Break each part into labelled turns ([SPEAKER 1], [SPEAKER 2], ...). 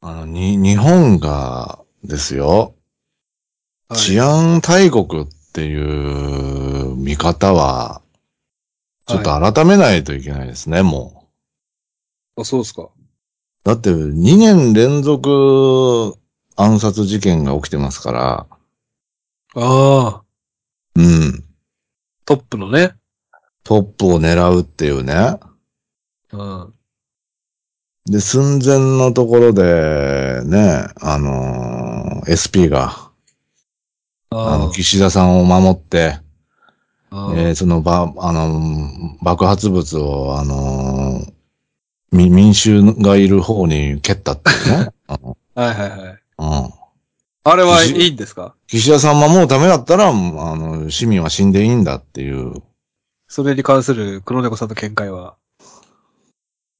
[SPEAKER 1] あの、に、日本がですよ、
[SPEAKER 2] はい
[SPEAKER 1] 治安大国っていう見方は、ちょっと
[SPEAKER 2] は
[SPEAKER 1] 改めないといけないですね、も
[SPEAKER 2] いあ、そうですか。
[SPEAKER 1] う。だって、2年連続暗殺事件が起きてますから、
[SPEAKER 2] ああ、
[SPEAKER 1] うん。
[SPEAKER 2] トップのね。
[SPEAKER 1] トップを狙うっていうね。
[SPEAKER 2] うん。
[SPEAKER 1] で、寸前のところで、ね、あのー SP が、あ
[SPEAKER 2] あ
[SPEAKER 1] の、岸田さんを守って、
[SPEAKER 2] あ、
[SPEAKER 1] えーそのば、あの、爆発物を、あのーみ民衆がいる方に蹴ったっていう ね。あの
[SPEAKER 2] はいはいはい。
[SPEAKER 1] うん、
[SPEAKER 2] あれはいいんですか
[SPEAKER 1] 岸田さん守るためだったら、あの、市民は死んでいいんだっていう。
[SPEAKER 2] それに関する黒猫さんの見解は。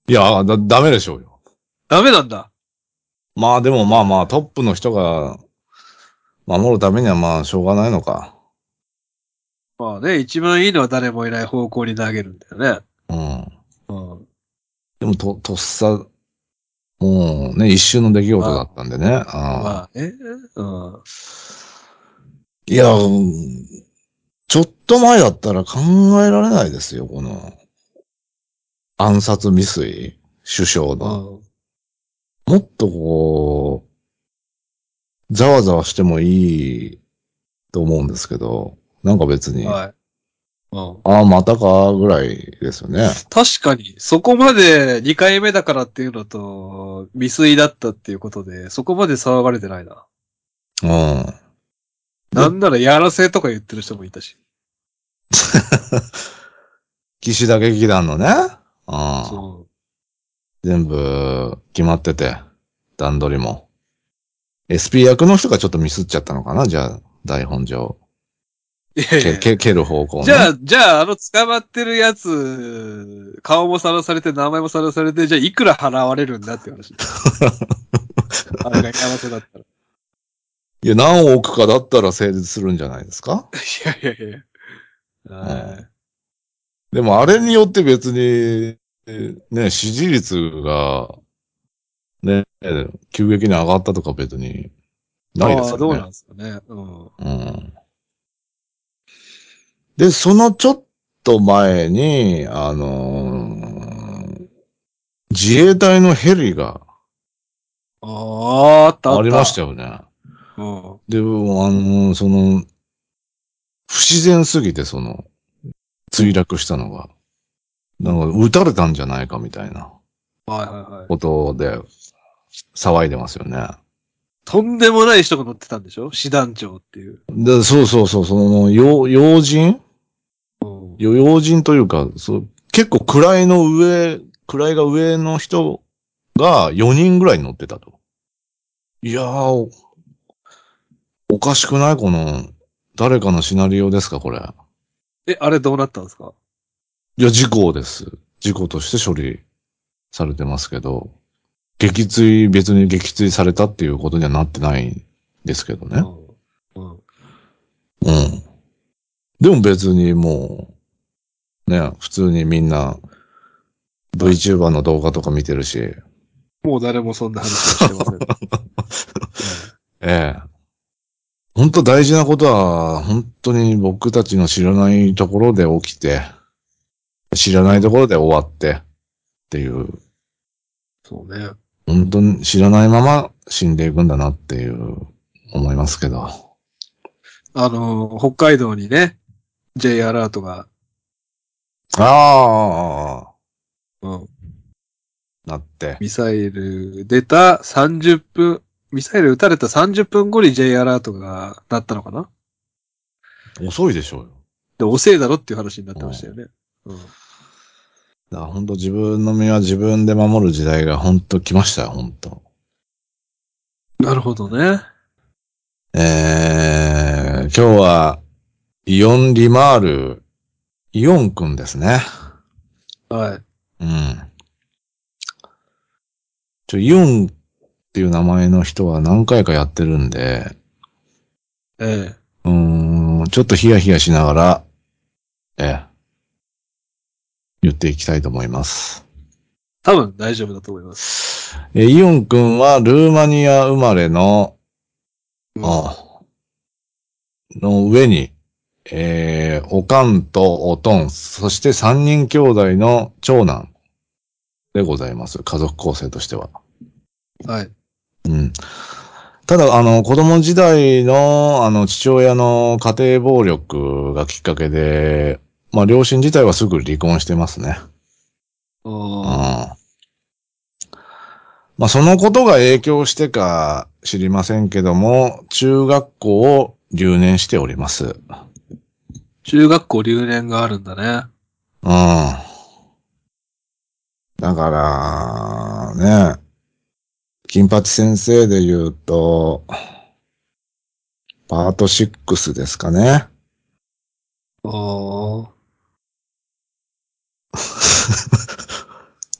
[SPEAKER 1] いや、だ、ダメでしょうよ。
[SPEAKER 2] ダメなんだ。
[SPEAKER 1] まあでもまあまあ、トップの人が守るためにはまあ、しょうがないのか。
[SPEAKER 2] まあね、一番いいのは誰もいない方向に投げるんだよね。
[SPEAKER 1] うん。
[SPEAKER 2] うん。
[SPEAKER 1] でも、と、とっさ、もうね、一瞬の出来事だったんでね。ああ
[SPEAKER 2] まあね。うん。
[SPEAKER 1] いや、うんちょっと前だったら考えられないですよ、この、暗殺未遂、首相の。
[SPEAKER 2] うん
[SPEAKER 1] もっとこう、ざわざわしてもいいと思うんですけど、なんか別に、あ
[SPEAKER 2] はい。うん。
[SPEAKER 1] あ、またか、ぐらいですよね。
[SPEAKER 2] 確かに、そこまで2回目だからっていうのと、未遂だったっていうことで、そこまで騒がれてないな。
[SPEAKER 1] うん。
[SPEAKER 2] なんならやらせとか言ってる人もいたし。
[SPEAKER 1] 岸田劇団のね、うん、
[SPEAKER 2] そ
[SPEAKER 1] 全部決まってて、段取りも。SP 役の人がちょっとミスっちゃったのかな、じゃあ、台本上。
[SPEAKER 2] う。いやいや
[SPEAKER 1] け、け、蹴る方向ね。
[SPEAKER 2] じゃあ、じゃあ、あの捕まってるやつ、顔もさらされて、名前もさらされて、じゃあ、いくら払われるんだってい う話。あれがやらせだったら。
[SPEAKER 1] いや、何億かだったら成立するんじゃないですか
[SPEAKER 2] いやいやいや。はい
[SPEAKER 1] でも、あれによって別に、えね、支持率が、ね、急激に上がったとか別に、ないですよ
[SPEAKER 2] ああ
[SPEAKER 1] ね。
[SPEAKER 2] どうなんですかね。うん。
[SPEAKER 1] うん。で、そのちょっと前に、あのー自衛隊のヘリが
[SPEAKER 2] ああ、あったあった。
[SPEAKER 1] ありました
[SPEAKER 2] よ。
[SPEAKER 1] よね。
[SPEAKER 2] うん。
[SPEAKER 1] で、あの、その、不自然すぎて、その、墜落したのが。なんか、撃たれたんじゃないかみたいな
[SPEAKER 2] はいはいはい。
[SPEAKER 1] ことで、騒いでますよね。
[SPEAKER 2] とんでもない人が乗ってたんでしょ師団長っていう。
[SPEAKER 1] で、そうそうそう、その、要、要人
[SPEAKER 2] うん。
[SPEAKER 1] よ要人というか、そう、結構位の上、位が上の人が4人ぐらい乗ってたと。いやー、おおかしくないこの、誰かのシナリオですか、これ。
[SPEAKER 2] え、あれどうなったんですか
[SPEAKER 1] いや、事故です。事故として処理されてますけど、撃墜、別に撃墜されたっていうことにはなってないんですけどね。
[SPEAKER 2] うん。うん。
[SPEAKER 1] うん。でも別にもう、ね、普通にみんな、VTuber の動画とか見てるし、え
[SPEAKER 2] もう誰もそんな話はしてま せん。うん
[SPEAKER 1] え。本当大事なことは、本当に僕たちの知らないところで起きて、知らないところで終わって、っていう
[SPEAKER 2] そうね。
[SPEAKER 1] 本当に知らないまま死んでいくんだなっていう思いますけど。
[SPEAKER 2] あの、北海道にね、J アラートが、
[SPEAKER 1] ああ、
[SPEAKER 2] うん、
[SPEAKER 1] なって。
[SPEAKER 2] ミサイル出た30分、ミサイル撃たれた30分後に J アラートがなったのかな
[SPEAKER 1] 遅いでしょうよ。
[SPEAKER 2] で、遅えだろっていう話になってましたよね。うん。
[SPEAKER 1] だから本当自分の身は自分で守る時代が本当来ましたよ、本当。
[SPEAKER 2] なるほどね。
[SPEAKER 1] えー、今日は、イオンリマール、イオンくんですね。
[SPEAKER 2] はい。
[SPEAKER 1] うん。ちょ、イオンっていう名前の人は何回かやってるんで、
[SPEAKER 2] ええ。
[SPEAKER 1] うーん、ちょっとヒヤヒヤしながら、ええ、言っていきたいと思います。
[SPEAKER 2] 多分大丈夫だと思います。
[SPEAKER 1] えーイオン君はルーマニア生まれの、ああの上に、えー、おかんとおとん、そして三人兄弟の長男でございます。家族構成としては。
[SPEAKER 2] はい。
[SPEAKER 1] うん。ただ、あの、子供時代の、あの、父親の家庭暴力がきっかけで、まあ、両親自体はすぐ離婚してますね。うん。
[SPEAKER 2] あ
[SPEAKER 1] まあ、そのことが影響してか知りませんけども、中学校を留年しております。
[SPEAKER 2] 中学校留年があるんだね。
[SPEAKER 1] うん。だから、ね、金八先生で言うと、パート6ですかね。
[SPEAKER 2] ああ。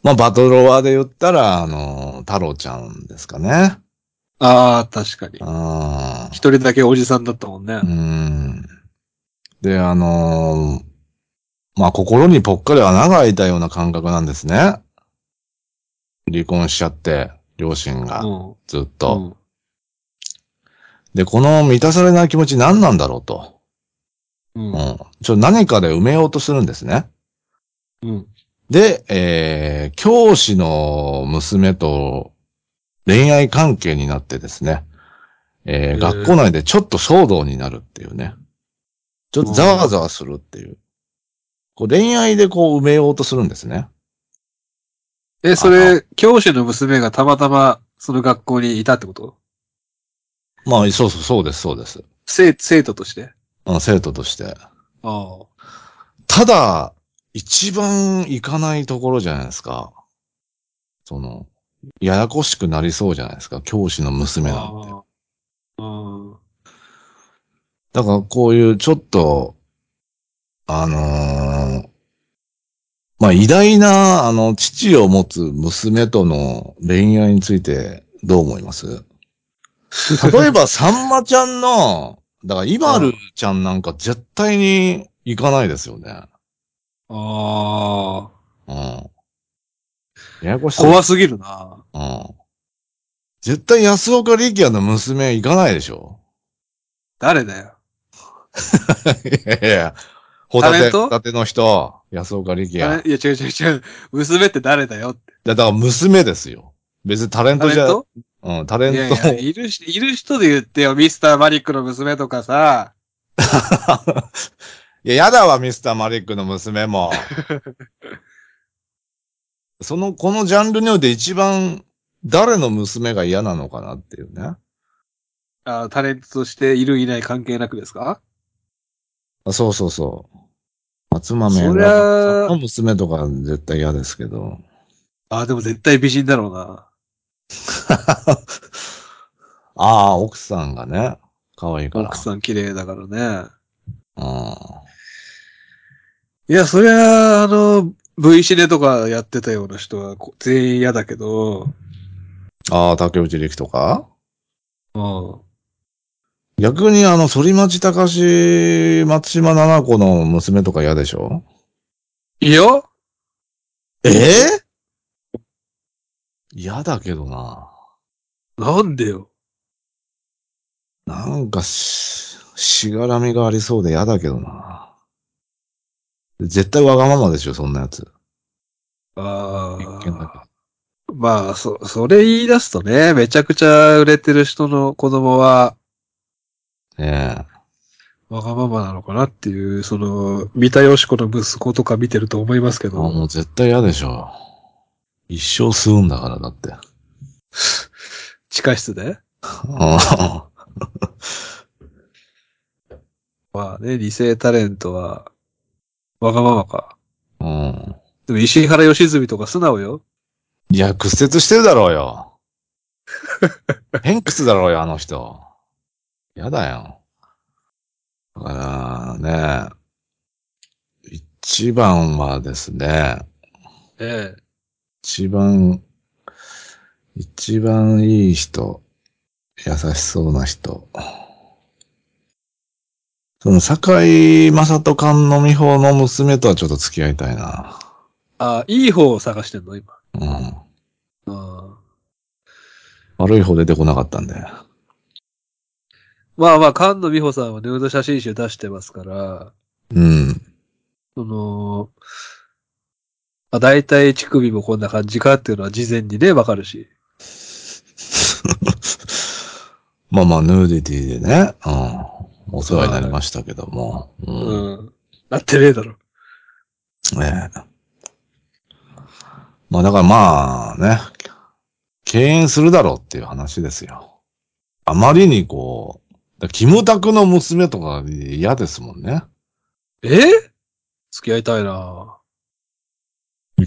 [SPEAKER 1] まあ、バトロワーで言ったら、あの、太郎ちゃんですかね。
[SPEAKER 2] ああ、確かに
[SPEAKER 1] う。ん。
[SPEAKER 2] 一人だけおじさんだったもんね
[SPEAKER 1] う。ん。で、あのーまあ、心にぽっかり穴が開いたような感覚なんですね。離婚しちゃって、両親が
[SPEAKER 2] う、ん。
[SPEAKER 1] ずっ
[SPEAKER 2] う
[SPEAKER 1] と。
[SPEAKER 2] ん。
[SPEAKER 1] で、この満たされない気持ち何なんだろうと。
[SPEAKER 2] うん
[SPEAKER 1] うん。ちょ、何かで埋めようとするんですね。
[SPEAKER 2] うん。
[SPEAKER 1] で、えー、教師の娘と恋愛関係になってですね、えー
[SPEAKER 2] へー
[SPEAKER 1] 学校内でちょっと騒動になるっていうね。ちょっとざわざわするっていう。こう恋愛でこう埋めようとするんですね。
[SPEAKER 2] え、それ、教師の娘がたまたまその学校にいたってこと
[SPEAKER 1] まあ、そうそう、そうです、そうです。
[SPEAKER 2] 生、生徒として。
[SPEAKER 1] あの生徒として。
[SPEAKER 2] ああ。
[SPEAKER 1] ただ、一番行かないところじゃないですか。その、ややこしくなりそうじゃないですか。教師の娘なんて。
[SPEAKER 2] あー
[SPEAKER 1] だからこういうちょっと、あのーまあ偉大な、あの、父を持つ娘との恋愛についてどう思います例えば、さんまちゃんの、だから、今あるちゃんなんか絶対に行かないですよね。
[SPEAKER 2] うん。ああ。
[SPEAKER 1] うん。ややこしい。
[SPEAKER 2] 怖すぎるな。
[SPEAKER 1] うん。絶対安岡力也の娘行かないでしょ
[SPEAKER 2] 誰だよ。
[SPEAKER 1] いやいや、ホタ
[SPEAKER 2] タレ
[SPEAKER 1] テ、
[SPEAKER 2] ント
[SPEAKER 1] ホタテの人、安岡力
[SPEAKER 2] い
[SPEAKER 1] 也。
[SPEAKER 2] いや、違う違う違う。娘って誰だよって。
[SPEAKER 1] だから娘ですよ。別にタレン
[SPEAKER 2] タ
[SPEAKER 1] ト
[SPEAKER 2] レン
[SPEAKER 1] じゃ、
[SPEAKER 2] ト
[SPEAKER 1] うん、タレン
[SPEAKER 2] い
[SPEAKER 1] ト。
[SPEAKER 2] やいや、いるし、いる人で言ってよ。ミスターマリックの娘とかさ。
[SPEAKER 1] いや、やだわ、ミスターマリックの娘 も。その、このジャンルにおいて一番、誰の娘が嫌なのかなっていうね。
[SPEAKER 2] あータレントとしているいない関係なくですか
[SPEAKER 1] あそうそうそう。松豆
[SPEAKER 2] そりゃあ
[SPEAKER 1] の娘とか絶対嫌ですけど。
[SPEAKER 2] ああ、でも絶対美人だろうな。
[SPEAKER 1] ああ、奥さんがね、可愛いから。
[SPEAKER 2] 奥さん綺麗だからね。
[SPEAKER 1] あ
[SPEAKER 2] いや、そりゃ、あの、V シネとかやってたような人はこ全員嫌だけど、
[SPEAKER 1] あー、竹内力とか
[SPEAKER 2] うん。
[SPEAKER 1] 逆にあの、反町隆史、松島奈々子の娘とか嫌でしょ
[SPEAKER 2] いいよ
[SPEAKER 1] ええ嫌だけどな。
[SPEAKER 2] なんでよ。
[SPEAKER 1] なんかし、しがらみがありそうで嫌だけどな。絶対わがままでしょ、そんなやつ。
[SPEAKER 2] あ
[SPEAKER 1] 一見だけ
[SPEAKER 2] あ。まあ、そ、それ言い出すとね、めちゃくちゃ売れてる人の子供は、
[SPEAKER 1] どえ
[SPEAKER 2] わがままなのかなっていう、その、三田よし子の息子とか見てると思いますけ
[SPEAKER 1] えあも
[SPEAKER 2] ど、
[SPEAKER 1] う絶対嫌でしょ。一生吸うんだから、だって。
[SPEAKER 2] 地下室で
[SPEAKER 1] あ
[SPEAKER 2] まあね、理性タレントは、わがままか。
[SPEAKER 1] あうん。
[SPEAKER 2] でも石原良純とか素直よ。
[SPEAKER 1] いや、屈折してるだろうよ。偏屈だろうよ、あの人。やだよ。だからね、一番はですね、
[SPEAKER 2] ええ。
[SPEAKER 1] 一番、一番いい人、優しそうな人。その、坂井正人官の美穂の娘とはちょっと付き合いたいな。
[SPEAKER 2] ああ、いい方を探してんの、今。
[SPEAKER 1] うん。
[SPEAKER 2] うん
[SPEAKER 1] 悪い方出てこなかったんで。
[SPEAKER 2] まあまあ、菅野美穂さんはヌード写真集出してますから、
[SPEAKER 1] うん。
[SPEAKER 2] その、まあ、大体乳首もこんな感じかっていうのは事前にね、わかるし。
[SPEAKER 1] まあまあ、ヌーディティでね、うん。お世話になりましたけども。う。
[SPEAKER 2] うんん。なってねえだろ。
[SPEAKER 1] ねえ。まあだからまあね、敬遠するだろうっていう話ですよ。あまりにこう、だからキムタクの娘とか嫌ですもんね。
[SPEAKER 2] え付き合いたいな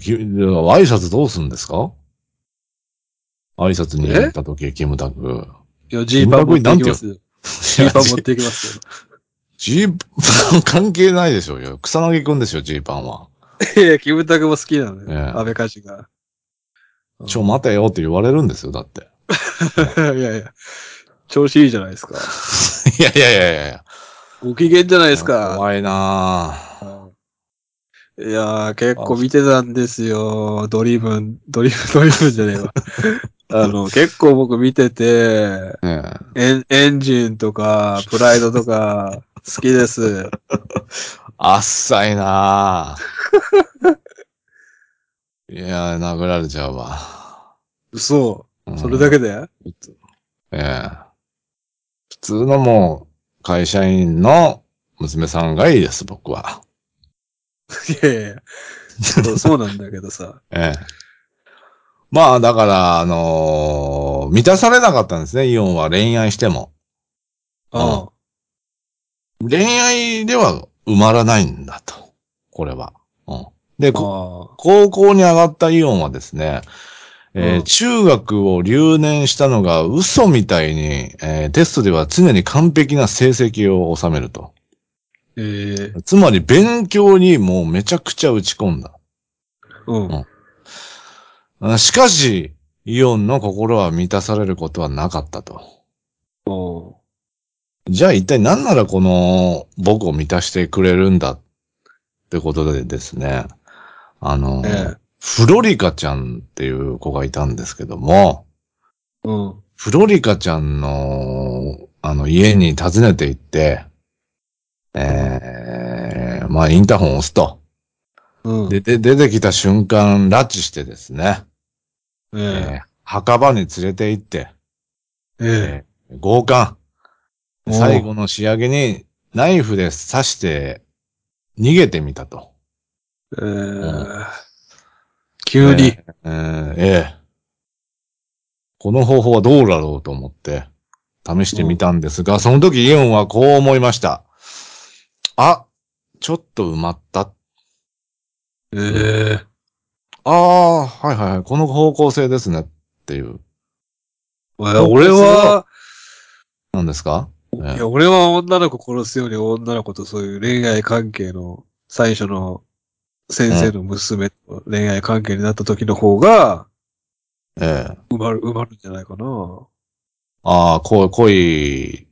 [SPEAKER 1] きで挨拶どうすんですか挨拶に行った時、キムタク。
[SPEAKER 2] いや、ジーパン持っていきますよ。ジーパン持っ
[SPEAKER 1] いや
[SPEAKER 2] ていきますよ。
[SPEAKER 1] ジーパン関係ないでしょうよ。草薙くんでしょ、ジーパンは。
[SPEAKER 2] いやいや、キムタクも好きなのよ。
[SPEAKER 1] ええ
[SPEAKER 2] 安倍家臣が。
[SPEAKER 1] ちょ、待てよって言われるんですよ、だって。
[SPEAKER 2] いやいや、調子いいじゃないですか。
[SPEAKER 1] いやいやいやいやいや。
[SPEAKER 2] ご機嫌じゃないですか。
[SPEAKER 1] 怖いなぁ。
[SPEAKER 2] いやー、結構見てたんですよ。ドリブン、ドリブン、 ドリブンじゃねえわ。あの、結構僕見てて、
[SPEAKER 1] ね
[SPEAKER 2] エンエンジンとか、プライドとか、好きです。
[SPEAKER 1] え。あっさいな ぁ。いや殴られちゃうわ。
[SPEAKER 2] 嘘。
[SPEAKER 1] うん
[SPEAKER 2] それだけで
[SPEAKER 1] ええ普通のもう、会社員の娘さんがいいです、僕は。
[SPEAKER 2] いやいやいやそうそうなんだけどさ。
[SPEAKER 1] ええまあ、だから、あのー満たされなかったんですね、イオンは恋愛しても。
[SPEAKER 2] うん。
[SPEAKER 1] 恋愛では埋まらないんだと。これは。うん、で、こ
[SPEAKER 2] あ
[SPEAKER 1] 高校に上がったイオンはですね、えー
[SPEAKER 2] うん
[SPEAKER 1] 中学を留年したのが嘘みたいに、えーテストでは常に完璧な成績を収めると。
[SPEAKER 2] ええ
[SPEAKER 1] つまり勉強にもうめちゃくちゃ打ち込んだ。
[SPEAKER 2] うん。
[SPEAKER 1] あしかし、イオンの心は満たされることはなかったと。
[SPEAKER 2] うん
[SPEAKER 1] じゃあ一体何ならこの僕を満たしてくれるんだってことでですね、あの、
[SPEAKER 2] ええ
[SPEAKER 1] フロリカちゃんっていう子がいたんですけども、
[SPEAKER 2] うん。
[SPEAKER 1] フロリカちゃんの、あの、家に訪ねて行って、えー、まあ、インターホンを押すと。
[SPEAKER 2] うん。
[SPEAKER 1] で、で、出てきた瞬間、拉致してですね、
[SPEAKER 2] え
[SPEAKER 1] えー
[SPEAKER 2] え
[SPEAKER 1] 墓場に連れて行って、
[SPEAKER 2] え
[SPEAKER 1] えー強姦。
[SPEAKER 2] おう
[SPEAKER 1] 最後の仕上げに、ナイフで刺して、逃げてみたと。
[SPEAKER 2] えええ急に。
[SPEAKER 1] えーえーこの方法はどうだろうと思って、試してみたんですが、その時イオンはこう思いました。あ、ちょっと埋まった。
[SPEAKER 2] ええ
[SPEAKER 1] ああ、はいはいはい、この方向性ですね。っていう。
[SPEAKER 2] いや俺は、
[SPEAKER 1] 何ですかえ
[SPEAKER 2] い
[SPEAKER 1] え
[SPEAKER 2] や、俺は女の子殺すより女の子とそういう恋愛関係の最初の先生の娘と恋愛関係になった時の方が
[SPEAKER 1] ええ
[SPEAKER 2] 埋まる、埋まるんじゃないかな。
[SPEAKER 1] ああ、こ恋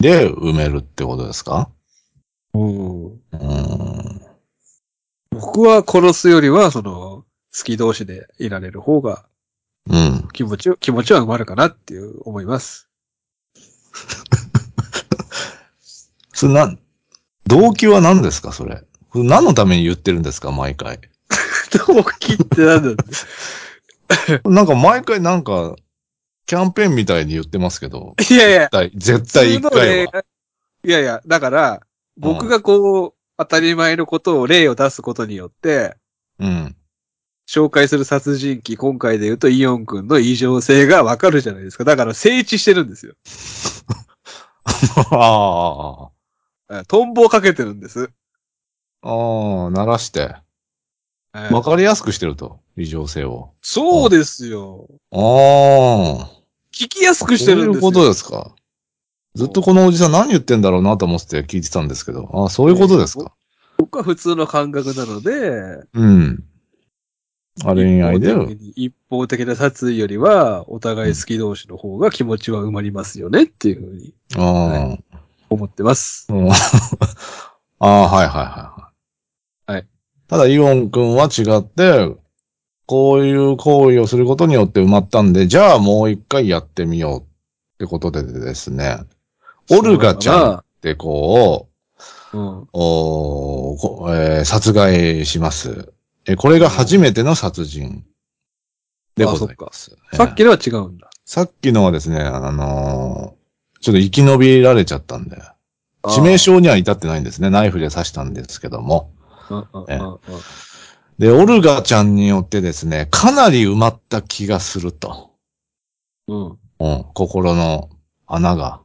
[SPEAKER 1] で埋めるってことですか
[SPEAKER 2] うん。
[SPEAKER 1] うーん。
[SPEAKER 2] 僕は殺すよりは、その、好き同士でいられる方が
[SPEAKER 1] うん。
[SPEAKER 2] 気持ちを、気持ちは埋まるかなっていう思い ます。
[SPEAKER 1] それなん、動機は何ですかそれ。これ何のために言ってるんですか毎回。
[SPEAKER 2] 動機ってなんだろうね
[SPEAKER 1] なんか毎回なんか、キャンペーンみたいに言ってますけど、
[SPEAKER 2] いやいや
[SPEAKER 1] 絶、対、絶対一回は。
[SPEAKER 2] 普通の例いやいや、だから、僕がこう、当たり前のことを例を出すことによって、
[SPEAKER 1] うん。
[SPEAKER 2] 紹介する殺人鬼、今回で言うとイオン君の異常性がわかるじゃないですか。だから整地してるんですよ。
[SPEAKER 1] あ
[SPEAKER 2] えートンボをかけてるんです。
[SPEAKER 1] あ、ああ、鳴らして、
[SPEAKER 2] えー
[SPEAKER 1] わかりやすくしてると、異常性を。
[SPEAKER 2] そうですよ。
[SPEAKER 1] ああ、
[SPEAKER 2] 聞きやすくしてるんですよ。
[SPEAKER 1] そういうことですか。ずっとこのおじさん何言ってんだろうなと思って聞いてたんですけど、ああ、そういうことですか。
[SPEAKER 2] 僕は普通の感覚なので、
[SPEAKER 1] うん。あ恋愛で
[SPEAKER 2] 一、方的に一方的な殺意よりは、お互い好き同士の方が気持ちは埋まりますよねっていうふうに
[SPEAKER 1] ああ、
[SPEAKER 2] は思ってます。
[SPEAKER 1] うんああ、はいはいはい。
[SPEAKER 2] はい。
[SPEAKER 1] ただ、イオン君は違って、こういう行為をすることによって埋まったんで、じゃあもう一回やってみようってことでですね、オルガちゃんって子を、
[SPEAKER 2] そうだな。うん。
[SPEAKER 1] おーこえー殺害します。え、これが初めての殺人でございます。えー
[SPEAKER 2] さっきのは違うんだ。
[SPEAKER 1] さっきのはですね、あのーちょっと生き延びられちゃったんで、致命傷には至ってないんですね。ナイフで刺したんですけども。
[SPEAKER 2] うんうんうんうん。
[SPEAKER 1] で、オルガちゃんによってですね、かなり埋まった気がすると。
[SPEAKER 2] うん。
[SPEAKER 1] うん、心の穴が、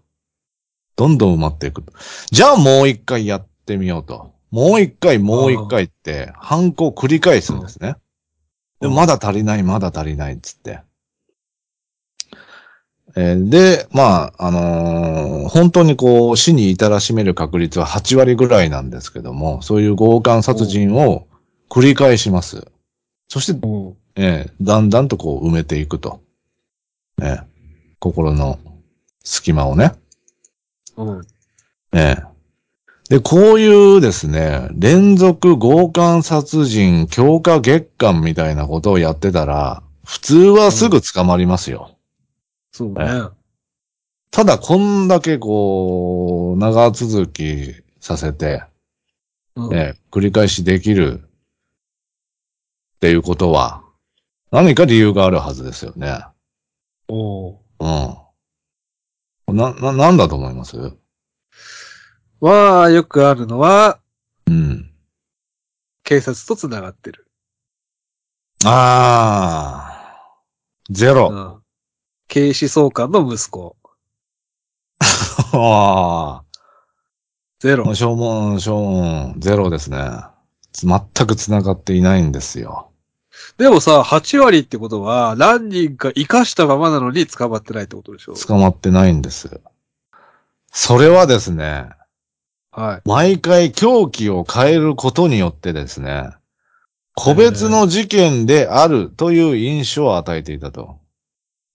[SPEAKER 1] どんどん埋まっていく。じゃあもう一回やってみようと。もう一回、もう一回って、犯行を繰り返すんですね。で
[SPEAKER 2] うん
[SPEAKER 1] もまだ足りない、まだ足りないっつって。えーで、まあ、あのー本当にこう、死に至らしめる確率は8割ぐらいなんですけども、そういう強姦殺人を繰り返します。そして
[SPEAKER 2] うん
[SPEAKER 1] ええ、だんだんとこう埋めていくと。ええ、心の隙間をね。
[SPEAKER 2] うん。
[SPEAKER 1] ええ。で、こういうですね、連続強姦殺人強化月間みたいなことをやってたら、普通はすぐ捕まりますよ。
[SPEAKER 2] そう
[SPEAKER 1] え
[SPEAKER 2] ね。
[SPEAKER 1] ただ、こんだけこう、長続きさせて、
[SPEAKER 2] うん
[SPEAKER 1] ええ、繰り返しできるっていうことは、何か理由があるはずですよね。
[SPEAKER 2] おう
[SPEAKER 1] うん。な、な、なんだと思いますう
[SPEAKER 2] は、よくあるのは、
[SPEAKER 1] ん。
[SPEAKER 2] 警察と繋がってる。
[SPEAKER 1] ああ。ゼ
[SPEAKER 2] う
[SPEAKER 1] ロ。
[SPEAKER 2] ん。警視総監の息子。
[SPEAKER 1] あ
[SPEAKER 2] ゼ
[SPEAKER 1] あ。も
[SPEAKER 2] ロ
[SPEAKER 1] う。しょうもん、しょうもん、ゼロですね。つ全く繋がっていないんですよ。
[SPEAKER 2] でもさ、8割ってことは、何人か生かしたままなのに捕まってないってことでしょ
[SPEAKER 1] 捕まってないんです。それはですね、
[SPEAKER 2] はい。
[SPEAKER 1] 毎回凶器を変えることによってですね、個別の事件であるという印象を与えていたと。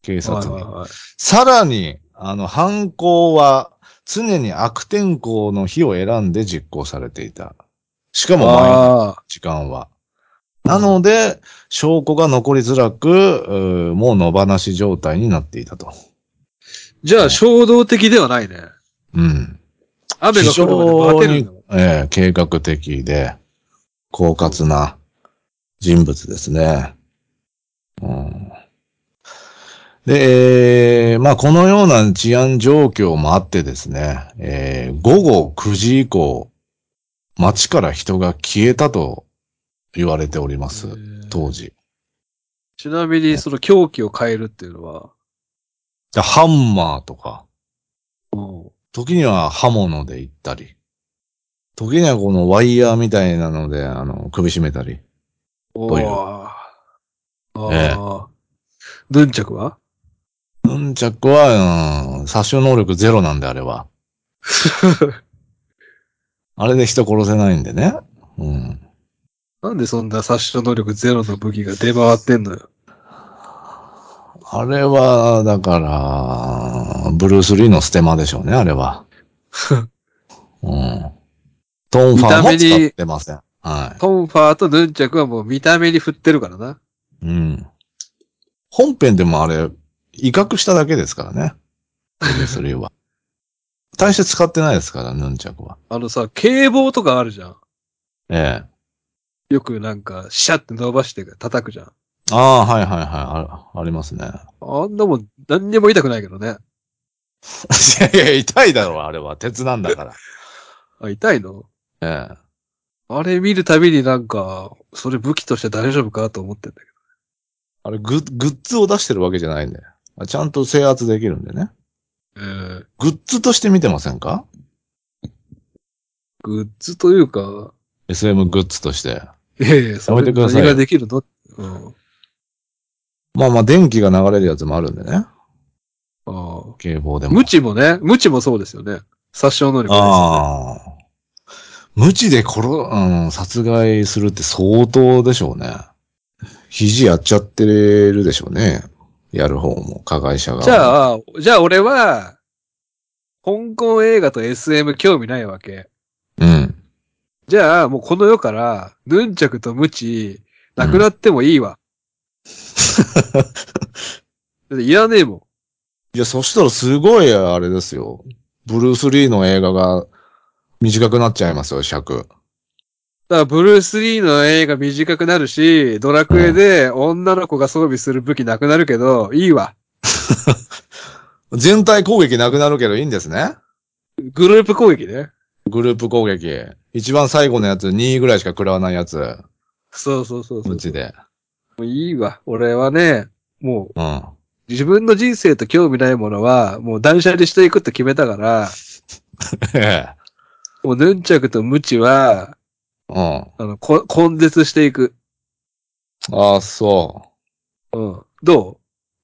[SPEAKER 1] 警察
[SPEAKER 2] は
[SPEAKER 1] に
[SPEAKER 2] いは。いはい
[SPEAKER 1] さらに、あの、犯行は常に悪天候の日を選んで実行されていた。しかも毎日
[SPEAKER 2] あ
[SPEAKER 1] 時間は。なので、証拠が残りづらく、うーもう野放し状態になっていたと。
[SPEAKER 2] ーじゃあ、衝動的ではないね。
[SPEAKER 1] うん。
[SPEAKER 2] 雨が降るまでバテるんだもん。
[SPEAKER 1] ええ計画的で、狡猾な人物ですね。うん、で、えーまあ、このような治安状況もあってですね、えー午後9時以降、街から人が消えたと言われております
[SPEAKER 2] へ、ー
[SPEAKER 1] 当時。
[SPEAKER 2] ちなみに、その凶器を変えるっていうのは、
[SPEAKER 1] でハンマーとか、
[SPEAKER 2] うん
[SPEAKER 1] 時には刃物で行ったり、時にはこのワイヤーみたいなので、あの、首絞めたり。
[SPEAKER 2] お
[SPEAKER 1] ういう
[SPEAKER 2] ーあ
[SPEAKER 1] ええ
[SPEAKER 2] あ。ヌンチャクは
[SPEAKER 1] うん、チャックは、うん、殺傷能力ゼロなんで、あれは。あれで人殺せないんでね。うん。
[SPEAKER 2] なんでそんな殺傷能力ゼロの武器が出回ってんのよ。
[SPEAKER 1] あれは、だから、ブルース・リーのステマでしょうね、あれは。うん。トーンファーも使ってません。は
[SPEAKER 2] トンファーとヌンチャクはもう見た目に振ってるからな。
[SPEAKER 1] い。うん。本編でもあれ、威嚇しただけですからね。ブルース・リーは。大して使ってないですから、ヌンチャクは。
[SPEAKER 2] あのさ、警棒とかあるじゃん。
[SPEAKER 1] ええ。
[SPEAKER 2] よくなんか、シャって伸ばして叩くじゃん。
[SPEAKER 1] ああ、はいはいはいあ。ありますね。
[SPEAKER 2] あんなもん、何にも痛くないけどね。
[SPEAKER 1] いやいや、痛いだろう、あれは。鉄なんだから。
[SPEAKER 2] あ、痛いの
[SPEAKER 1] ええ。
[SPEAKER 2] あれ見るたびになんか、それ武器として大丈夫かと思ってんだけ
[SPEAKER 1] あれグッ、グッズを出してるわけじゃないんだよ。あちゃんと制圧できるんでね。
[SPEAKER 2] ど。えー、
[SPEAKER 1] グッズとして見てませんか
[SPEAKER 2] グッズというか、
[SPEAKER 1] ?SM グッズとして。
[SPEAKER 2] いやいや、そ
[SPEAKER 1] やめて
[SPEAKER 2] れ
[SPEAKER 1] くださいよ
[SPEAKER 2] 何ができるのうん。
[SPEAKER 1] まあまあ、電気が流れるやつもあるんでね。
[SPEAKER 2] ああ。
[SPEAKER 1] 警棒でも。
[SPEAKER 2] 無知もね、無知もそうですよね。殺傷能力あ
[SPEAKER 1] ああ。無知で殺、うん、殺害するって相当でしょうね。肘やっちゃってるでしょうね。やる方も、加害者が。
[SPEAKER 2] じ
[SPEAKER 1] あ。
[SPEAKER 2] ゃあ、じゃあ俺は、香港映画と SM 興味ないわけ。
[SPEAKER 1] うん。
[SPEAKER 2] じゃあ、もうこの世から、ヌンチャクと無知、なくなってもいいわ。だっていらねえもん。
[SPEAKER 1] いや、そしたらすごい、あれですよ。ブルース・リーの映画が短くなっちゃいますよ、尺。
[SPEAKER 2] だから、ブルース・リーの映画短くなるし、ドラクエで女の子が装備する武器なくなるけど、いいわ。
[SPEAKER 1] 全体攻撃なくなるけどいいんですね。
[SPEAKER 2] グループ攻撃ね。
[SPEAKER 1] グループ攻撃。一番最後のやつ、2位ぐらいしか食らわないやつ。
[SPEAKER 2] そうそうそうそう
[SPEAKER 1] うちで。
[SPEAKER 2] もういいわ。俺はね、もう、
[SPEAKER 1] うん。
[SPEAKER 2] 自分の人生と興味ないものは、もう断捨離していくって決めたから、
[SPEAKER 1] ええ。
[SPEAKER 2] もうヌンチャクとムチは、
[SPEAKER 1] うん。あ
[SPEAKER 2] あの、こ根絶していく。
[SPEAKER 1] あ、そう。
[SPEAKER 2] うん。ど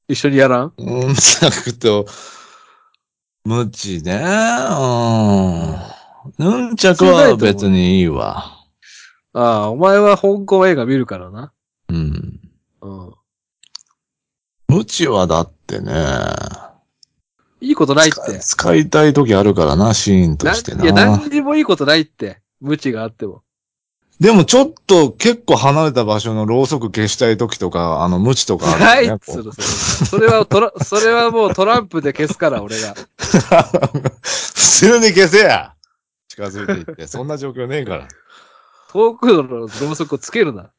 [SPEAKER 2] う一緒にやらん
[SPEAKER 1] うんちゃくと、無知ね。うん。ヌンチャクは別にいいわ。
[SPEAKER 2] ああ、お前は香港映画見るからな。
[SPEAKER 1] うん。
[SPEAKER 2] うん。
[SPEAKER 1] 無知はだってね。
[SPEAKER 2] いいことないって。
[SPEAKER 1] 使使いたい時あるからな、シーンとして
[SPEAKER 2] なんいや、
[SPEAKER 1] な。
[SPEAKER 2] 何にもいいことないって。無知があっても。
[SPEAKER 1] でもちょっと結構離れた場所のろうそく消したい時とか、あの、無知とかあ
[SPEAKER 2] な
[SPEAKER 1] る
[SPEAKER 2] い
[SPEAKER 1] よ
[SPEAKER 2] っ
[SPEAKER 1] ね。
[SPEAKER 2] つうの、それは。それはトラ、 それはもうトランプで消すから、俺が。
[SPEAKER 1] こう 普通に消せや近づいていって。そんな状況ねえから。
[SPEAKER 2] 遠くのろうそくをつけるな。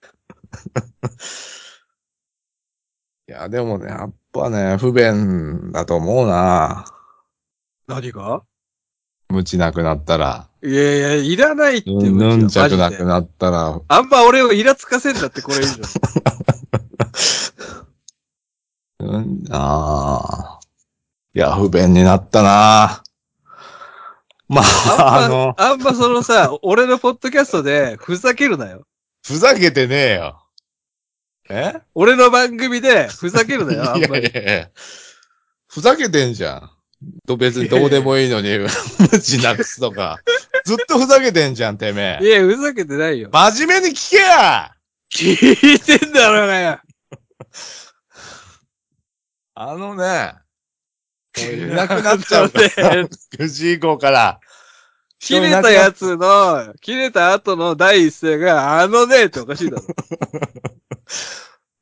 [SPEAKER 1] いや、でもね、やっぱね、不便だと思うな。
[SPEAKER 2] 何が
[SPEAKER 1] 無知なくなったら。
[SPEAKER 2] いやいや、いらないって、
[SPEAKER 1] うん
[SPEAKER 2] 無
[SPEAKER 1] ヌン
[SPEAKER 2] 知
[SPEAKER 1] チ
[SPEAKER 2] は
[SPEAKER 1] ャクなく
[SPEAKER 2] マジで
[SPEAKER 1] なったら、
[SPEAKER 2] あんま俺をイラつかせんだって、これ以 上。
[SPEAKER 1] うん、ああ。いや、不便になったな。まあ、
[SPEAKER 2] あ
[SPEAKER 1] あ
[SPEAKER 2] んま
[SPEAKER 1] の、、
[SPEAKER 2] あんまそのさ、俺のポッドキャストでふざけるなよ。
[SPEAKER 1] ふざけてねえよ。え
[SPEAKER 2] 俺の番組でふざけるなよ、あん
[SPEAKER 1] いや
[SPEAKER 2] ま
[SPEAKER 1] い
[SPEAKER 2] り。
[SPEAKER 1] やいや。ふざけてんじゃん。と別にどうでもいいの に、無知なくすとか。ずっとふざけてんじゃん、てめ
[SPEAKER 2] い
[SPEAKER 1] え。
[SPEAKER 2] や、ふざけてないよ。
[SPEAKER 1] 真面目に聞けや
[SPEAKER 2] 聞いてんだろうがよ。
[SPEAKER 1] あのね、もういなくなっちゃう から
[SPEAKER 2] あのね。
[SPEAKER 1] 9時以降から。
[SPEAKER 2] 切れたやつの、切れた後の第一声が、あのねっておかしいだろ。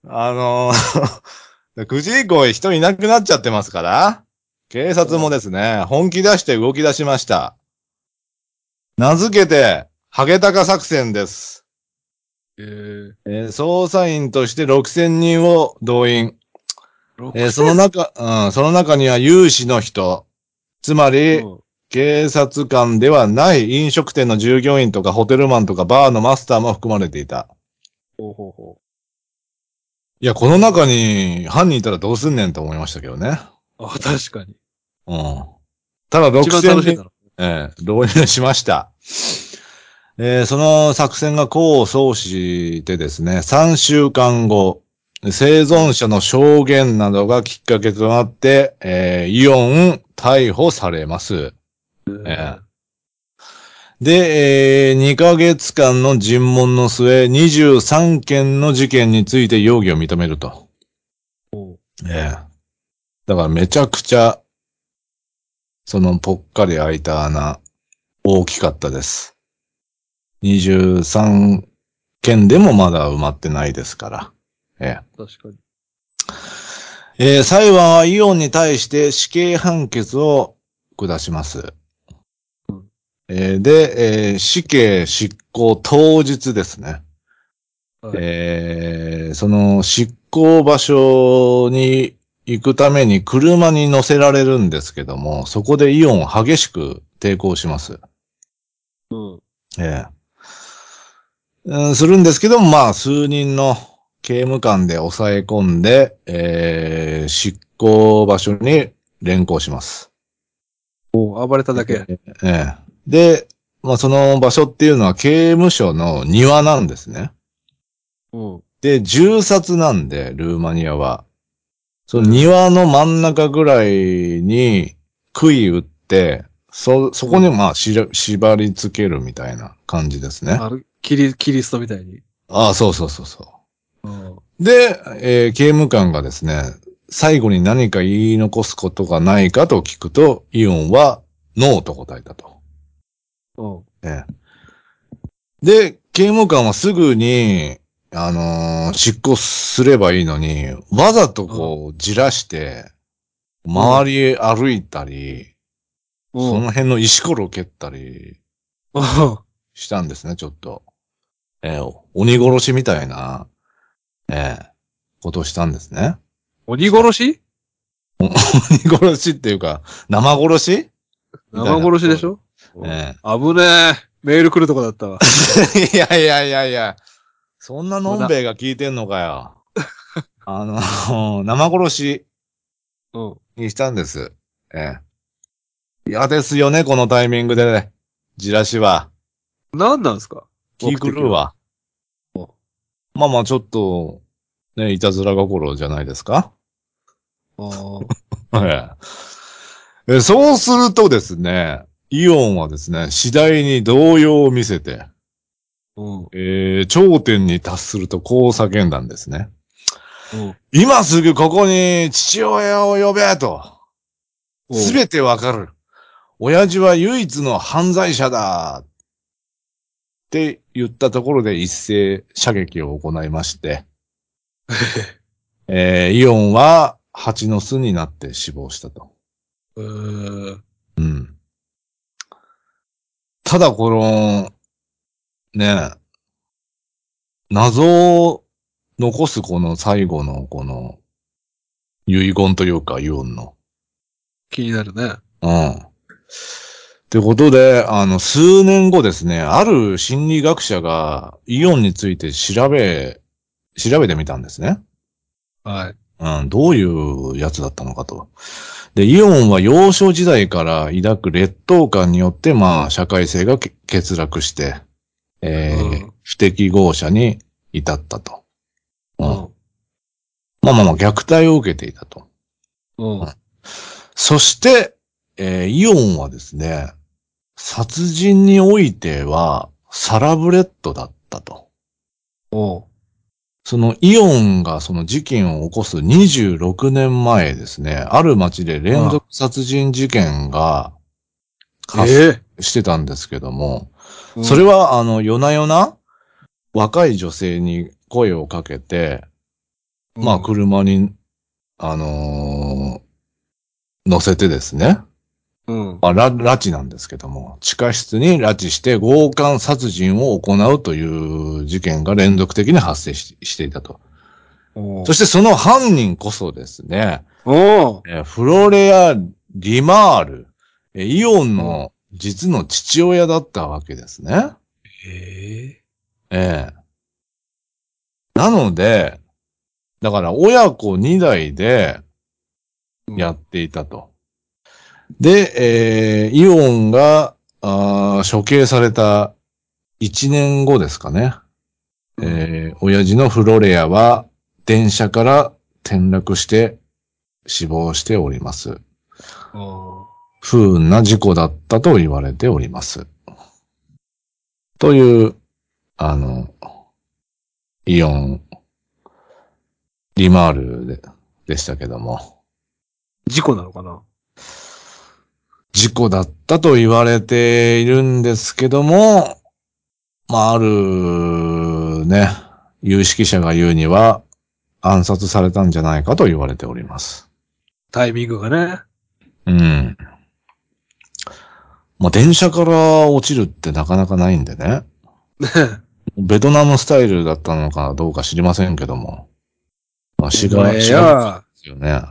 [SPEAKER 1] あの ー、9時以降人いなくなっちゃってますから、警察もですね、本気出して動き出しました。名付けて、ハゲタカ作戦です。
[SPEAKER 2] えー、
[SPEAKER 1] えー捜査員として6000人を動員。えーその中、うん、その中には有志の人。つまり、警察官ではない飲食店の従業員とかホテルマンとかバーのマスターも含まれていた。
[SPEAKER 2] ほうほうほ
[SPEAKER 1] いや、この中に犯人いたらどうすんねんと思いましたけどね。
[SPEAKER 2] う。あ、確かに。
[SPEAKER 1] うん。ただ
[SPEAKER 2] 一番楽しい
[SPEAKER 1] 6000人、
[SPEAKER 2] だろ。
[SPEAKER 1] ええ、動員しました。えーその作戦が功を奏してですね、3週間後、生存者の証言などがきっかけとなって、えーイオン逮捕されます。えで、え2ヶ月間の尋問の末、23件の事件について容疑を認めると。
[SPEAKER 2] おう
[SPEAKER 1] ええ。だからめちゃくちゃ、そのぽっかり開いた穴、大きかったです。23件でもまだ埋まってないですから。え
[SPEAKER 2] 確かに。
[SPEAKER 1] え。ええ裁判はイオンに対して死刑判決を下します。ええで、ええ死刑執行当日ですね。
[SPEAKER 2] はい
[SPEAKER 1] えーその執行場所に行くために車に乗せられるんですけども、そこでイオンは激しく抵抗します。
[SPEAKER 2] うん。
[SPEAKER 1] ええうんするんですけども、まあ、数人の刑務官で抑え込んで、えー執行場所に連行します。
[SPEAKER 2] おう暴れただけ。
[SPEAKER 1] ええ。で、まあ、その場所っていうのは刑務所の庭なんですね。
[SPEAKER 2] うん。
[SPEAKER 1] で、銃殺なんで、ルーマニアは。その庭の真ん中ぐらいに杭打って、そ、そこにまあしら、縛り付けるみたいな感じですね。
[SPEAKER 2] あるキリ、キリストみたいに。
[SPEAKER 1] ああ、そうそうそうそ
[SPEAKER 2] うん。
[SPEAKER 1] う。で、えー刑務官がですね、最後に何か言い残すことがないかと聞くと、イオンはノーと答えたと。
[SPEAKER 2] うん。
[SPEAKER 1] ええで、刑務官はすぐに、あのー執行すればいいのに、わざとこう、じらして、周りへ歩いたり、
[SPEAKER 2] うん。
[SPEAKER 1] そ
[SPEAKER 2] うん
[SPEAKER 1] の辺の石ころを蹴ったりしたんですね、ちょっと。えー鬼殺しみたいな、えーことをしたんですね。
[SPEAKER 2] 鬼殺し
[SPEAKER 1] 鬼 殺しっていうか、生殺しみたいな
[SPEAKER 2] 生殺しでしょ
[SPEAKER 1] え
[SPEAKER 2] 危ねえ。メール来るとこだったわ。
[SPEAKER 1] いやいやいやいや、そんなのんべえが聞いてんのかよ。あの ー生殺し
[SPEAKER 2] うん。
[SPEAKER 1] にしたんです。ええ。嫌ですよね、このタイミングでね。じらしは。
[SPEAKER 2] 何なんですか
[SPEAKER 1] 気狂う。わ。
[SPEAKER 2] お
[SPEAKER 1] まあまあ、ちょっと、ね、いたずら心じゃないですか。
[SPEAKER 2] 目的は
[SPEAKER 1] えええそうするとですね、イオンはですね、次第に動揺を見せて、
[SPEAKER 2] あー
[SPEAKER 1] えー頂点に達するとこう叫んだんですね。
[SPEAKER 2] うん。うん。
[SPEAKER 1] 今すぐここに父親を呼べと。すべてわかる。親父は唯一の犯罪者だって言ったところで一斉射撃を行いまして、えーイオンは蜂の巣になって死亡したと。
[SPEAKER 2] えー
[SPEAKER 1] うん。ただこの、ねえ、謎を残すこの最後のこの遺言というかイオンの。
[SPEAKER 2] 気になるね。
[SPEAKER 1] うん。ってことで、あの、数年後ですね、ある心理学者がイオンについて調べ、調べてみたんですね。
[SPEAKER 2] はい。
[SPEAKER 1] うん、どういうやつだったのかと。で、イオンは幼少時代から抱く劣等感によって、まあ、社会性がけ欠落して、えー
[SPEAKER 2] うん
[SPEAKER 1] 不適合者に至ったと。う。
[SPEAKER 2] うんん。
[SPEAKER 1] まあまあまあ、虐待を受けていたと。
[SPEAKER 2] うん。
[SPEAKER 1] そして、えーイオンはですね、殺人においてはサラブレッドだったと。
[SPEAKER 2] おう
[SPEAKER 1] そのイオンがその事件を起こす26年前ですね、ある町で連続殺人事件が発生
[SPEAKER 2] え
[SPEAKER 1] してたんですけども、
[SPEAKER 2] え
[SPEAKER 1] それはあの夜な夜な若い女性に声をかけて、まあ車に、あのー乗せてですね、
[SPEAKER 2] うん。
[SPEAKER 1] まあ、ラ、拉致なんですけども、地下室に拉致して強姦殺人を行うという事件が連続的に発生ししていたと。
[SPEAKER 2] おう
[SPEAKER 1] そしてその犯人こそですね、
[SPEAKER 2] おう
[SPEAKER 1] えーフロレア・リマール、えーイオンの実の父親だったわけですね。
[SPEAKER 2] え
[SPEAKER 1] ええなので、だから親子2代で、
[SPEAKER 2] え
[SPEAKER 1] やっていたと。で、えー、イオンが、あー処刑された1年後ですかね。えー、親父のフロレアは電車から転落して死亡しております。
[SPEAKER 2] おう
[SPEAKER 1] 不運な事故だったと言われております。という、あの、イオン、リマールででしたけども。
[SPEAKER 2] 事故なのかな
[SPEAKER 1] 事故だったと言われているんですけども、まあ、ある、ね、有識者が言うには、暗殺されたんじゃないかと言われております。
[SPEAKER 2] タイミングがね。
[SPEAKER 1] うん。まあ、電車から落ちるってなかなかないんでね。
[SPEAKER 2] ね
[SPEAKER 1] ベトナムスタイルだったのかどうか知りませんけども。まあ、し
[SPEAKER 2] お
[SPEAKER 1] が、
[SPEAKER 2] 前
[SPEAKER 1] しが
[SPEAKER 2] や、
[SPEAKER 1] ですよね。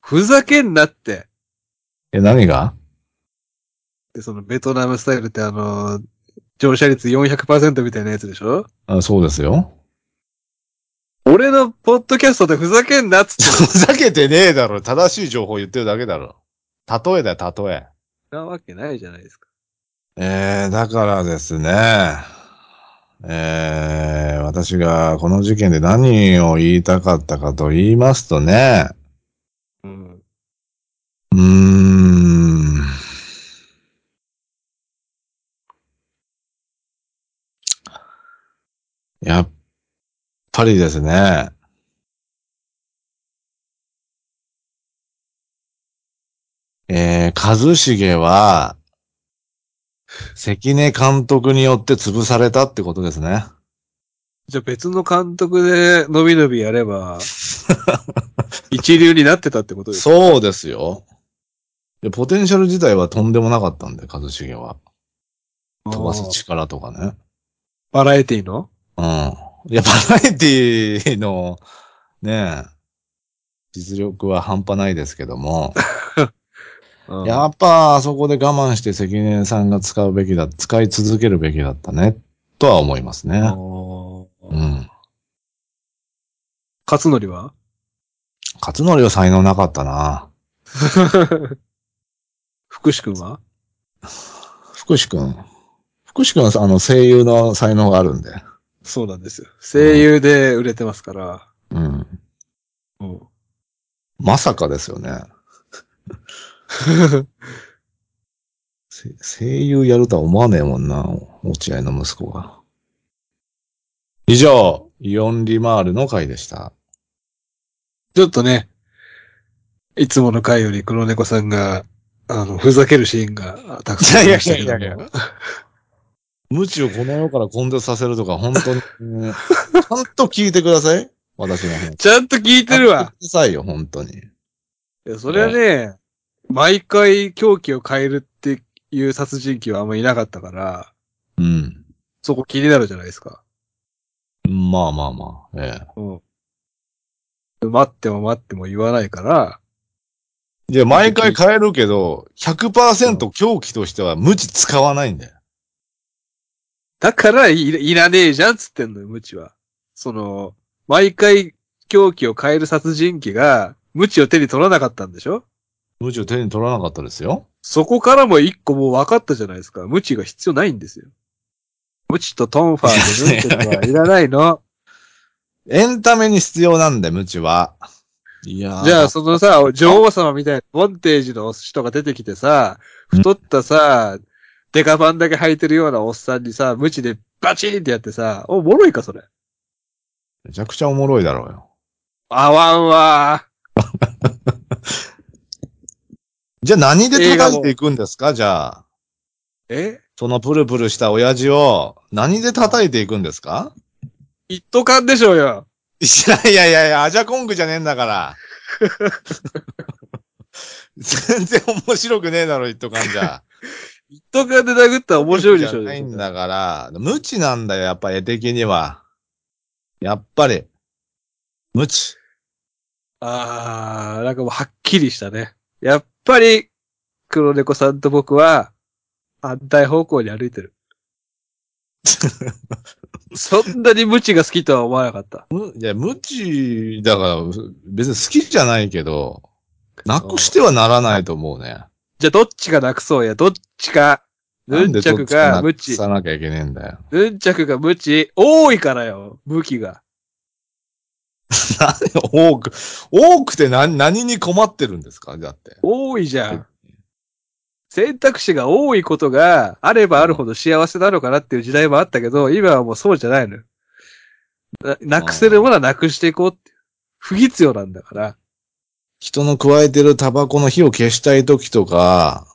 [SPEAKER 2] ふざけんなって。
[SPEAKER 1] え、何が
[SPEAKER 2] で、そのベトナムスタイルってあの、乗車率400%みたいなやつでしょ
[SPEAKER 1] あそうですよ。
[SPEAKER 2] 俺のポッドキャストでふざけんなっつって
[SPEAKER 1] ふざけてねえだろ。正しい情報言ってるだけだろ。例えだよ、例え。
[SPEAKER 2] なわけないじゃないですか。
[SPEAKER 1] えー、だからですね。えー、私がこの事件で何を言いたかったかと言いますとね。
[SPEAKER 2] うん。
[SPEAKER 1] うーん。やっぱりですね。えー、一茂は、関根監督によって潰されたってことですね。
[SPEAKER 2] じゃあ別の監督で伸び伸びやれ ば、一流になってたってことですか
[SPEAKER 1] そうですよ。でポテンシャル自体はとんでもなかったんで、一茂は。飛ばす力とかね。
[SPEAKER 2] バラエティの
[SPEAKER 1] うん。いや、バラエティの、ねえ、実力は半端ないですけども、
[SPEAKER 2] うん
[SPEAKER 1] やっぱあそこで我慢して関根さんが使うべきだ、使い続けるべきだったね、とは思いますね。
[SPEAKER 2] おー
[SPEAKER 1] うん。
[SPEAKER 2] 勝則は
[SPEAKER 1] 勝則は才能なかったな。
[SPEAKER 2] 福士君は
[SPEAKER 1] 福士くん。福士くんはあの声優の才能があるんで。
[SPEAKER 2] そうなんですよ。声優で売れてますから。
[SPEAKER 1] うん。
[SPEAKER 2] うん、
[SPEAKER 1] まさかですよね。 せ声優やるとは思わねえもんな、落合の息子が。以上、イオンリマールの回でした。
[SPEAKER 2] ちょっとね、いつもの回より黒猫さんが、あの、ふざけるシーンがたくさんありましたけども。
[SPEAKER 1] いやいやいやい無知をこの世から根絶させるとか、本当に、ね ちゃんと聞いてください。私の話。
[SPEAKER 2] ちゃんと聞いてるわ。
[SPEAKER 1] くださ いよ、本当に。
[SPEAKER 2] いや、それはね、毎回狂気を変えるっていう殺人鬼はあんまいなかったから、
[SPEAKER 1] うん。
[SPEAKER 2] そこ気になるじゃないですか。
[SPEAKER 1] まあまあまあ、ええ。
[SPEAKER 2] うん。待っても待っても言わないから、
[SPEAKER 1] いや、毎回変えるけど、100%狂気としては無知使わないんだよ。
[SPEAKER 2] だからいいらねえじゃんっつってんのよ、無知は。その、毎回狂気を変える殺人鬼が、無知を手に取らなかったんでしょ
[SPEAKER 1] 無知を手に取らなかったですよ。
[SPEAKER 2] そこからも一個もう分かったじゃないですか。無知が必要ないんですよ。無知とトンファーのヌンチャクはいらないの。
[SPEAKER 1] エンタメに必要なんだよ、無知は。いやー
[SPEAKER 2] じゃあ、そのさ、女王様みたいなボンテージの人が出てきてさ、太ったさ、デカパンだけ履いてるようなおっさんにさ、無知でバチンってやってさ、お、おもろいか、それ。
[SPEAKER 1] めちゃくちゃおもろいだろうよ。
[SPEAKER 2] あわんわ
[SPEAKER 1] じゃあ何で叩いていくんですかじゃあ。
[SPEAKER 2] ー。え
[SPEAKER 1] そのプルプルした親父を何で叩いていくんですか
[SPEAKER 2] 一斗缶でしょうよ。
[SPEAKER 1] いやいやいやいや、アジャコングじゃねえんだから。全然面白くねえだろ、言っとかんじゃ。
[SPEAKER 2] 一斗缶で殴ったら面白いでし
[SPEAKER 1] じゃ
[SPEAKER 2] ょう
[SPEAKER 1] ないん
[SPEAKER 2] よ。
[SPEAKER 1] だから、無知なんだよ、やっぱ絵的には。やっぱり。無知。
[SPEAKER 2] あー、なんかもうはっきりしたね。やっぱり、黒猫さんと僕は、反対方向に歩いて る。そんなに無知が好きとは思わなかった。
[SPEAKER 1] むいや、無知だから、別に好きじゃないけど、なくしてはならないと思うね。
[SPEAKER 2] じゃあどっちがなくそうや、どっちか、ヌンチャクが無知
[SPEAKER 1] さ、なきゃいけねえんだよ。
[SPEAKER 2] ヌンチャクが無知、多いからよ、武器が。
[SPEAKER 1] 多く、多くて何、何に困ってるんですかだって。
[SPEAKER 2] 多いじゃん。選択肢が多いことがあればあるほど幸せなのかなっていう時代もあったけど、今はもうそうじゃないのよ。ななくせるものはなくしていこうって。不必要なんだから。
[SPEAKER 1] 人の加えてるタバコの火を消したい時とか、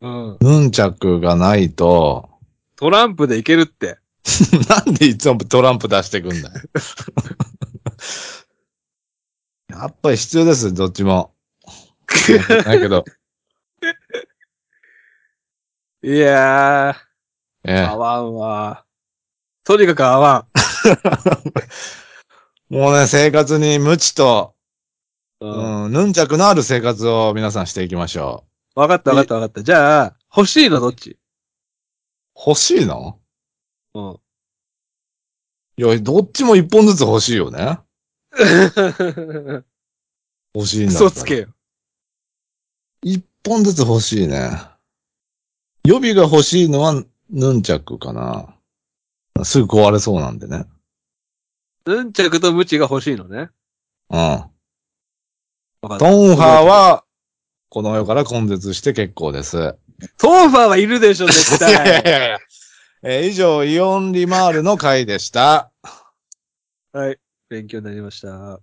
[SPEAKER 2] うん。
[SPEAKER 1] ヌンチャクがないと、
[SPEAKER 2] トランプでいける って。
[SPEAKER 1] なんでいつもトランプ出してくんだよ。 やっぱり必要です、どっち も。だけど、
[SPEAKER 2] いや
[SPEAKER 1] え
[SPEAKER 2] ー、
[SPEAKER 1] え
[SPEAKER 2] 合わんわ。とにかく合わ
[SPEAKER 1] もうね、生活に無知と、
[SPEAKER 2] ん。うん。
[SPEAKER 1] うん、ヌンチャクのある生活を皆さんしていきましょ
[SPEAKER 2] わかったわかったわかった。じゃあ、欲しいのどっち
[SPEAKER 1] う。欲しいの
[SPEAKER 2] うん。
[SPEAKER 1] いや、どっちも一本ずつ欲しいよね。欲しいんだったら
[SPEAKER 2] 嘘つけよ。
[SPEAKER 1] 一本ずつ欲しいね。予備が欲しいのは、ヌンチャクかな。すぐ壊れそうなんでね。
[SPEAKER 2] ヌンチャクとムチが欲しいのね。
[SPEAKER 1] うん。
[SPEAKER 2] わかった
[SPEAKER 1] トンファーは、この世から根絶して結構です。
[SPEAKER 2] トーファーはいるでしょ、絶
[SPEAKER 1] いや い
[SPEAKER 2] 対。
[SPEAKER 1] やいや。えー以上、イオンリマールの回でした。
[SPEAKER 2] はい。勉強になりました。